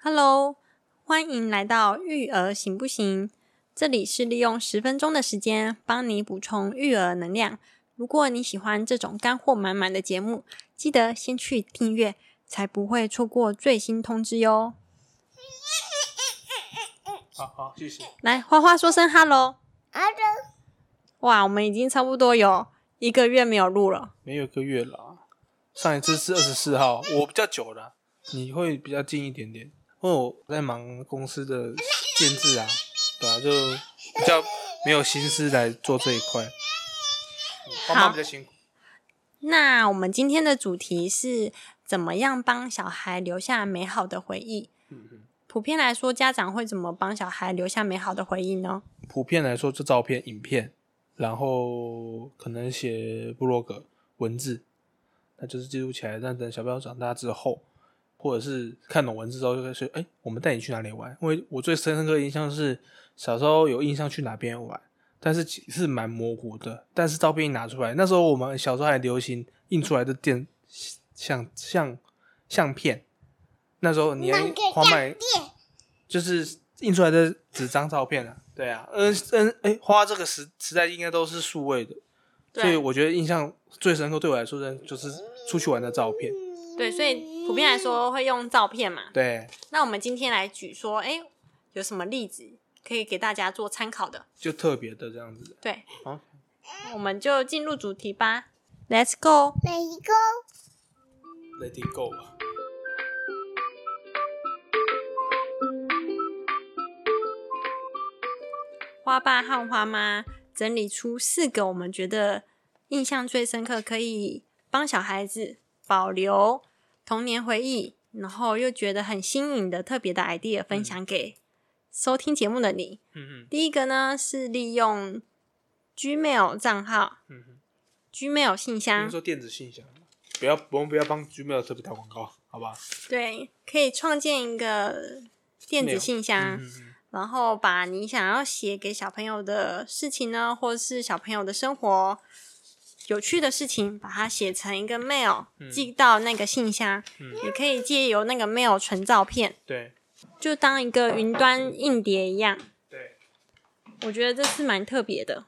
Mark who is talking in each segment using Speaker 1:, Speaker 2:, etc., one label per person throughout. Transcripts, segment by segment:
Speaker 1: Hello，欢迎来到育儿行不行？这里是利用十分钟的时间帮你补充育儿能量。如果你喜欢这种干货满满的节目，记得先去订阅，才不会错过最新通知哟。
Speaker 2: 好好，哎谢谢。
Speaker 1: 来，花花说声 Hello。
Speaker 3: 啊，这
Speaker 1: 哇，我们已经差不多有一个月没有录了。
Speaker 2: 没有一个月啦，上一次是二十四号，我比较久啦，你会比较近一点点，因为我在忙公司的建制啊，对啊，就比较没有心思来做这一块。嗯花
Speaker 1: 好
Speaker 2: 妈比较辛苦，
Speaker 1: 那我们今天的主题是怎么样帮小孩留下美好的回忆？
Speaker 2: 嗯嗯，
Speaker 1: 普遍来说，家长会怎么帮小孩留下美好的回忆呢？
Speaker 2: 普遍来说，就照片、影片，然后可能写部落格文字，那就是记录起来，但等小朋友长大之后，或者是看懂文字之后，就开始哎、诶我们带你去哪里玩？因为我最深刻的印象是小时候有印象去哪边玩，但是其实蛮模糊的。但是照片一拿出来，那时候我们小时候还流行印出来的电像像相片，那时候你还
Speaker 3: 那个
Speaker 2: 花买
Speaker 3: 店
Speaker 2: 就是印出来的纸张照片啊，对啊，嗯嗯，哎、花这个时时代应该都是数位的，
Speaker 1: 对
Speaker 2: 所以我觉得印象最深刻对我来说的就是出去玩的照片，
Speaker 1: 对，所以普遍来说会用照片嘛。
Speaker 2: 对，
Speaker 1: 那我们今天来举说，哎，有什么例子可以给大家做参考的？
Speaker 2: 就特别的这样子。
Speaker 1: 对，
Speaker 2: 好
Speaker 1: 我们就进入主题吧。Let's go！
Speaker 3: 每一个
Speaker 2: Let it go 啊吧。
Speaker 1: 花爸和花妈整理出四个我们觉得印象最深刻，可以帮小孩子保留童年回忆，然后又觉得很新颖的特别的 idea，分享给收听节目的你。
Speaker 2: 嗯嗯
Speaker 1: 第一个呢是利用 Gmail 账号、
Speaker 2: 嗯哼，
Speaker 1: Gmail 信
Speaker 2: 听
Speaker 1: 箱，
Speaker 2: 说电子信箱，不要我们不要帮 Gmail 特别打广告，好吧？
Speaker 1: 对，可以创建一个电子
Speaker 2: Mail
Speaker 1: 信箱。
Speaker 2: 嗯嗯
Speaker 1: 然后把你想要写给小朋友的事情呢，或是小朋友的生活有趣的事情，把它写成一个 mail，、
Speaker 2: 嗯
Speaker 1: 寄到那个信箱。
Speaker 2: 嗯
Speaker 1: 也可以借由那个 mail 存照片，
Speaker 2: 对
Speaker 1: 就当一个云端硬碟一样。
Speaker 2: 对，
Speaker 1: 我觉得这是蛮特别的。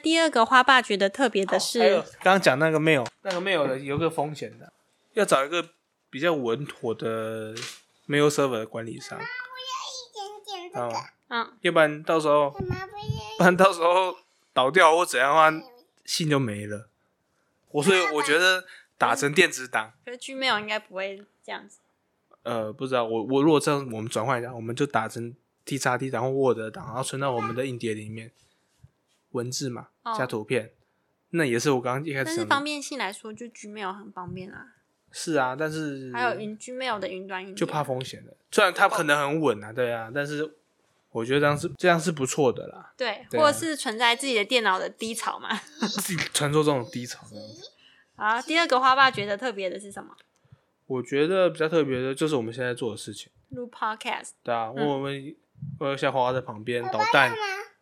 Speaker 1: 第二个花爸觉得特别的
Speaker 2: 哦还有
Speaker 1: 是，
Speaker 2: 刚刚讲那个 mail，那个 mail 的有个风险的，要找一个比较稳妥的 mail server 的管理商，
Speaker 3: 一点点
Speaker 2: 知
Speaker 3: 这
Speaker 2: 道
Speaker 3: 个
Speaker 2: 吗？
Speaker 1: 嗯，
Speaker 2: 要不然到时候，
Speaker 3: 干嘛不是
Speaker 2: 不然到时候倒掉或怎样的话，信就没了。我所以我觉得打成电子档，
Speaker 1: 可是 Gmail 应该不会这样子。
Speaker 2: 呃，不知道我我如果这样，我们转换一下，我们就打成 T 叉 T 档或 Word 档，然后存到我们的硬碟里面，文字嘛
Speaker 1: 哦
Speaker 2: 加图片，那也是我刚刚一开
Speaker 1: 但
Speaker 2: 始
Speaker 1: 是
Speaker 2: 讲
Speaker 1: 方
Speaker 2: 的。
Speaker 1: 便性来说，就 Gmail 很方便啦。
Speaker 2: 是啊，但是
Speaker 1: 还有云 Gmail 的云端硬碟，
Speaker 2: 就怕风险的，虽然它可能很稳啊，对啊，但是我觉得这样是这样是不错的啦，
Speaker 1: 对，
Speaker 2: 对啊
Speaker 1: 或者是存在自己的电脑的低潮嘛。
Speaker 2: 自己承受这种低潮这样子。
Speaker 1: 好，第二个花爸觉得特别的是什么？
Speaker 2: 我觉得比较特别的就是我们现在做的事情。
Speaker 1: 录 podcast，
Speaker 2: 对啊，
Speaker 1: 嗯
Speaker 2: 我们我有小花花在旁边捣
Speaker 3: 干
Speaker 2: 蛋，
Speaker 3: 嘛？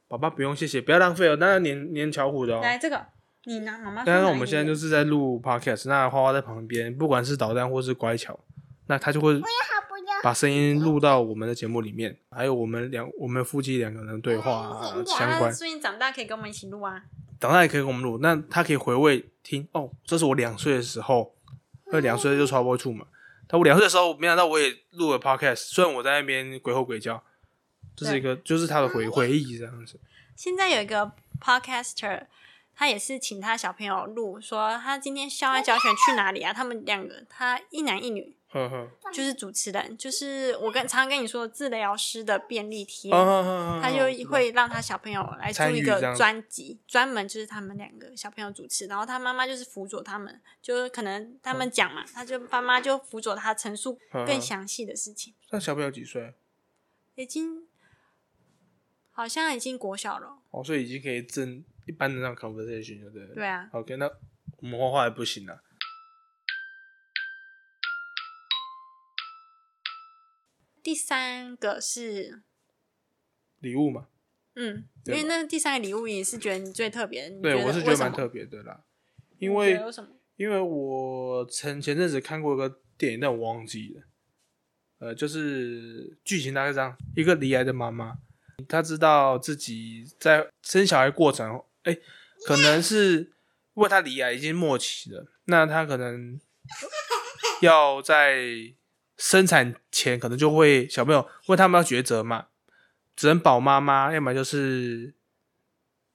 Speaker 2: 爸爸不用谢谢，不要浪费哦，那要粘粘巧虎的哦。
Speaker 1: 来这个你拿妈妈。
Speaker 2: 但是我们现在就是是在录 podcast，那花花在旁边，不管是捣蛋或是乖巧，那他就会
Speaker 3: 他不要
Speaker 2: 把声音录到我们的节目里面，还有我们两我们夫妻两个人的对话啊
Speaker 3: 嗯
Speaker 2: 相关，
Speaker 1: 最近长大可以跟我们一起录啊。
Speaker 2: 等下也可以给我们录，那他可以回味听哦，这是我两岁的时候，因为两岁就超播处嘛，但我两岁的时候，没想到我也录了 podcast，虽然我在那边鬼吼鬼叫，这是一个就是他的回回忆这样子。
Speaker 1: 现在有一个 podcaster，他也是请他小朋友录，说他今天校外教学去哪里啊？他们两个，他一男一女，
Speaker 2: 呵呵，
Speaker 1: 就是主持人，就是我跟常常跟你说治疗师的便利贴。
Speaker 2: 啊
Speaker 1: 他就会让他小朋友来出一
Speaker 2: 参与这
Speaker 1: 个
Speaker 2: 样
Speaker 1: 专辑，专门就是他们两个小朋友主持，然后他妈妈就是辅佐他们，就是可能他们讲嘛，他就爸妈就辅佐他陈述
Speaker 2: 嗯嗯嗯
Speaker 1: 更详细的事情，
Speaker 2: 那小朋友几岁？
Speaker 1: 已经好像已经国小了，
Speaker 2: 哦，所以已经可以正一般的那种 conversation 就对了。
Speaker 1: 对啊，
Speaker 2: OK，那我们画画也不行啊了。
Speaker 1: 第三个是
Speaker 2: 礼物嘛，
Speaker 1: 嗯，因
Speaker 2: 对
Speaker 1: 为那第三个礼物也是觉得你最特别，你
Speaker 2: 对我是觉
Speaker 1: 为
Speaker 2: 得
Speaker 1: 什
Speaker 2: 蛮
Speaker 1: 么
Speaker 2: 特别的啦，
Speaker 1: 你
Speaker 2: 因
Speaker 1: 觉
Speaker 2: 为
Speaker 1: 得为什么？
Speaker 2: 因为我前前阵子看过一个电影，但我忘记了，呃，就是剧情大概这样：一个离癌的妈妈，她知道自己在生小孩过程，哎，可能是因为她离癌已经末期了，那她可能要在生产前，可能就会小朋友问他们要抉择嘛，只能保妈妈，要么就是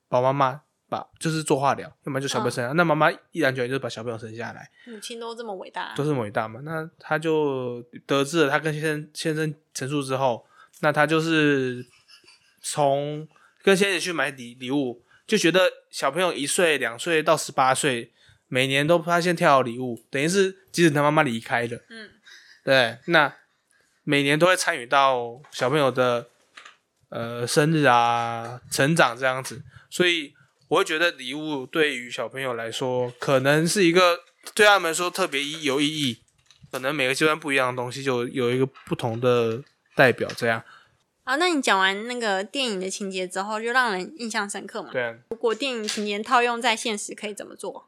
Speaker 2: 保妈妈把就是做化疗，要么就小朋友生下来。那妈妈毅然决然就是把小朋友生下来。
Speaker 1: 母亲都这么伟大
Speaker 2: 都，是伟大嘛。那他就得知了他跟先生先生陈述之后，那他就是从跟先生去买礼礼物，就觉得小朋友一岁、两岁到十八岁，每年都发现跳礼物，等于是即使他妈妈离开了，
Speaker 1: 嗯，
Speaker 2: 对，那每年都会参与到小朋友的呃生日啊、成长这样子，所以我会觉得礼物对于小朋友来说，可能是一个对他们来说特别意有意义，可能每个阶段不一样的东西就有一个不同的代表，这样
Speaker 1: 啊，那你讲完那个电影的情节之后，就让人印象深刻嘛？
Speaker 2: 对啊、
Speaker 1: 如果电影情节套用在现实，可以怎么做？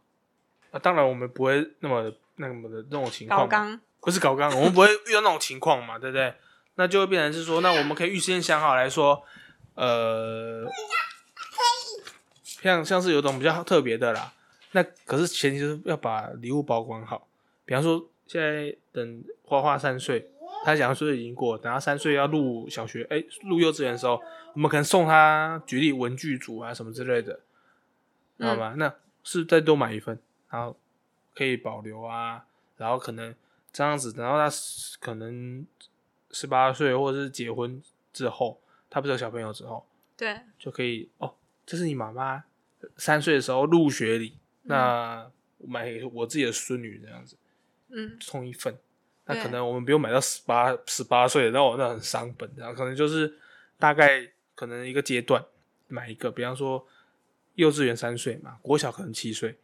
Speaker 2: 啊当然我们不会那么那么的那种情
Speaker 1: 高
Speaker 2: 况，
Speaker 1: 刚，
Speaker 2: 不是搞纲，我们不会遇到那种情况嘛，对不对？那就会变成是说，那我们可以预先想好来说，呃，像像是有种比较特别的啦，那可是前提就是要把礼物保管好。比方说，现在等花花三岁，他两岁已经过，等他三岁要入小学，哎，入幼稚园的时候，我们可能送他，举例文具组啊什么之类的，知
Speaker 1: 嗯
Speaker 2: 道吗？那是再多买一份，然后可以保留啊，然后可能这样子，等到他十可能十八岁或者是结婚之后，他不是有小朋友之后，
Speaker 1: 嗯对，
Speaker 2: 就可以哦，这是你妈妈三岁的时候入学礼，那我买给我自己的孙女这样子
Speaker 1: 嗯，
Speaker 2: 送一份。那
Speaker 1: 对
Speaker 2: 可能我们不用买到十八十八岁的，那我那很伤本，然后可能就是大概可能一个阶段买一个，比方说幼稚园三岁嘛，国小可能七岁，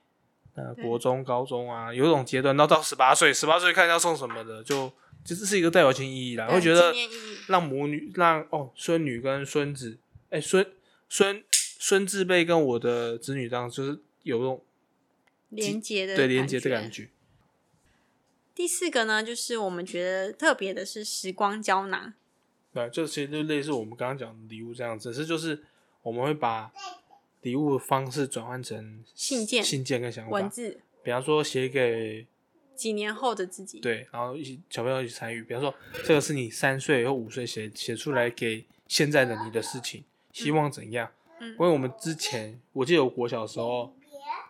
Speaker 2: 那
Speaker 1: 对
Speaker 2: 国中、高中啊，有种阶段到到十八岁，十八岁看要送什么的，就这是一个代表性意义啦。
Speaker 1: 对
Speaker 2: 会觉得
Speaker 1: 纪念意义
Speaker 2: 让母女让哦孙女跟孙子，哎孙孙孙自辈跟我的子女这样，就是有种
Speaker 1: 连接的
Speaker 2: 对连接的感
Speaker 1: 觉。
Speaker 2: 觉。
Speaker 1: 第四个呢，就是我们觉得特别的是时光胶囊，
Speaker 2: 对，就其实就类似我们刚刚讲的礼物这样，只是就是我们会把礼物的方式转换成
Speaker 1: 信件
Speaker 2: 信件跟想
Speaker 1: 文
Speaker 2: 法，
Speaker 1: 字，
Speaker 2: 比方说写给
Speaker 1: 几年后的自己，，
Speaker 2: 对，然后一起小朋友一起参与，比方说这个是你三岁或五岁写写出来给现在的你的事情，希望怎样？
Speaker 1: 嗯
Speaker 2: 因为我们之前我记得我国小的时候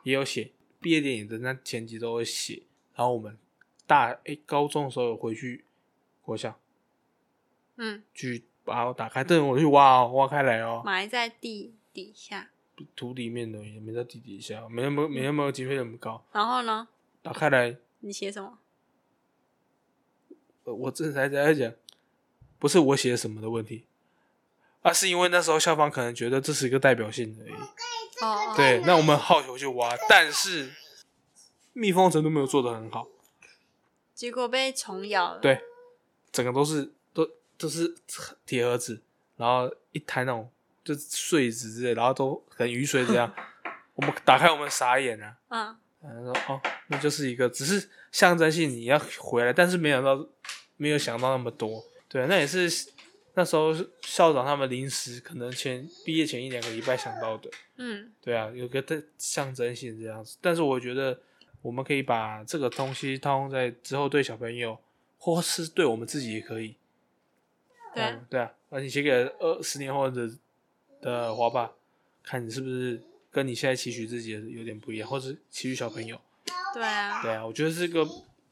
Speaker 2: 也有写毕业典礼的那前几周会写，然后我们大诶、高中的时候有回去国小
Speaker 1: 嗯，
Speaker 2: 去把它打开，但是我去挖哦，挖开来哦，
Speaker 1: 埋在地底下。
Speaker 2: 土里面的，也没在地底下，没那么没那么机会那么高。
Speaker 1: 然后呢，
Speaker 2: 打开来，
Speaker 1: 你写什么？
Speaker 2: 呃我正才在讲，不是我写什么的问题，而、是因为那时候校方可能觉得这是一个代表性而已。
Speaker 1: 哦哦，
Speaker 2: 对，那我们好球去挖，但是密封程度没有做得很好，
Speaker 1: 结果被虫咬了。
Speaker 2: 对，整个都是都都是铁盒子，然后一滩那种就是碎纸之类，然后都很雨水这样。 我们打开，我们傻眼啊！
Speaker 1: 嗯，
Speaker 2: 然后说哦，那就是一个只是象征性你要回来，但是没想到没有想到那么多，对，那也是那时候校长他们临时可能前毕业前一两个礼拜想到的，
Speaker 1: 嗯，
Speaker 2: 对啊，有个的象征性这样子，但是我觉得我们可以把这个东西套用在之后对小朋友，或是对我们自己也可以，
Speaker 1: 对
Speaker 2: 嗯，对啊，而且写给二十年后的的花爸，看你是不是跟你现在期许自己有点不一样，或是期许小朋友。
Speaker 1: 对啊，
Speaker 2: 对啊，我觉得这个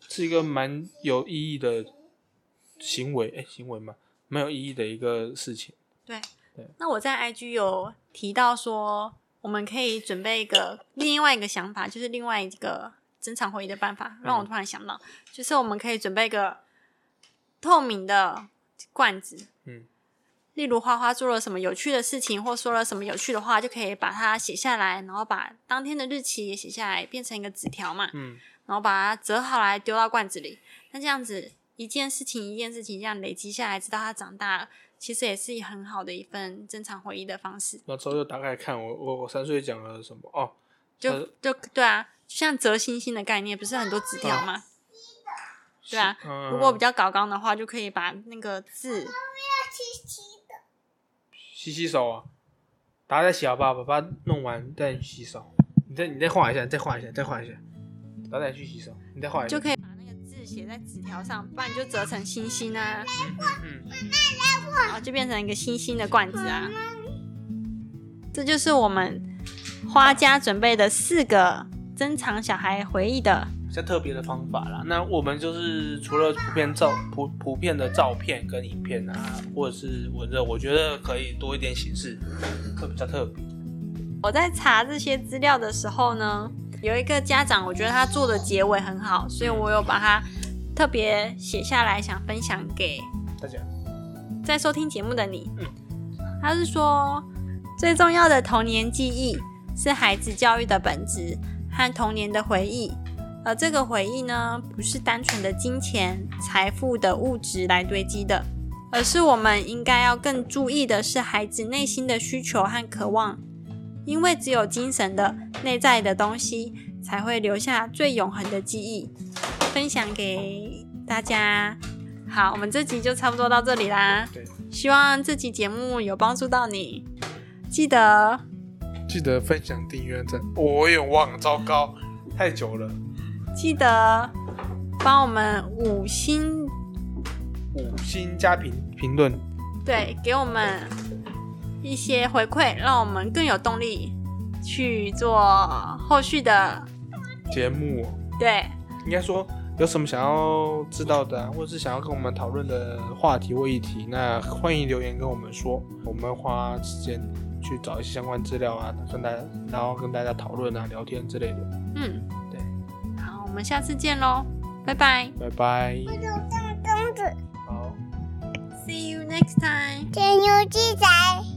Speaker 2: 是一个蛮有意义的行为，哎、行为嘛，蛮有意义的一个事情。
Speaker 1: 对
Speaker 2: 对。
Speaker 1: 那我在 IG 有提到说，我们可以准备一个另外一个想法，就是另外一个珍藏回忆的办法，让我突然想到，就是我们可以准备一个透明的罐子，
Speaker 2: 嗯，
Speaker 1: 例如花花做了什么有趣的事情，或说了什么有趣的话，就可以把它写下来，然后把当天的日期也写下来，变成一个纸条嘛，
Speaker 2: 嗯，
Speaker 1: 然后把它折好来丢到罐子里。那这样子一件事情一件事情这样累积下来，直到它长大了，其实也是很好的一份珍藏回忆的方式。
Speaker 2: 那之后又打开看我我我三岁讲了什么哦，
Speaker 1: 就
Speaker 2: 呃
Speaker 1: 就对啊，就像折星星的概念，不是很多纸条吗？对啊，
Speaker 2: 嗯，
Speaker 1: 如果比较搞纲的话，就可以把那个字
Speaker 3: 七七的，
Speaker 2: 洗洗手啊，大家再洗好不好？把它弄完再洗手。你再你再画一下，再画一下，再画一下，然后再去洗手。你再画一下，
Speaker 1: 就可以把那个字写在纸条上，不然你就折成星星啊，
Speaker 2: 嗯嗯嗯，
Speaker 1: 然后就变成一个星星的罐子啊。这就是我们花家准备的四个珍藏小孩回忆的
Speaker 2: 嗯比较特别的方法啦。那我们就是除了普遍照普普遍的照片跟影片啊，或者是文字，我觉得可以多一点形式，会比较特别。
Speaker 1: 我在查这些资料的时候呢，有一个家长，我觉得他做的结尾很好，所以我有把它特别写下来，想分享给
Speaker 2: 大家，
Speaker 1: 在收听节目的你
Speaker 2: 嗯。
Speaker 1: 他是说，最重要的童年记忆是孩子教育的本质和童年的回忆，而这个回忆呢，不是单纯的金钱、财富的物质来堆积的，而是我们应该要更注意的是孩子内心的需求和渴望，因为只有精神的内在的东西，才会留下最永恒的记忆。分享给大家。好，我们这集就差不多到这里啦。
Speaker 2: 对，
Speaker 1: 希望这集节目有帮助到你。记得
Speaker 2: 记得分享、订阅、赞。我也忘了，糟糕，太久了。
Speaker 1: 记得帮我们五星，
Speaker 2: 五星加评评论，
Speaker 1: 对，给我们一些回馈，让我们更有动力去做后续的。
Speaker 2: 节目哦
Speaker 1: 对，
Speaker 2: 应该说有什么想要知道的、啊，或者是想要跟我们讨论的话题或议题，那欢迎留言跟我们说，我们会花时间去找一些相关资料啊，跟大家然后跟大家讨论啊、聊天之类的。
Speaker 1: 嗯，
Speaker 2: 对，
Speaker 1: 好，我们下次见喽，拜拜
Speaker 2: 拜拜，
Speaker 3: 我有当公子，
Speaker 2: 好。
Speaker 1: ，See you next time。
Speaker 3: 天有鸡仔。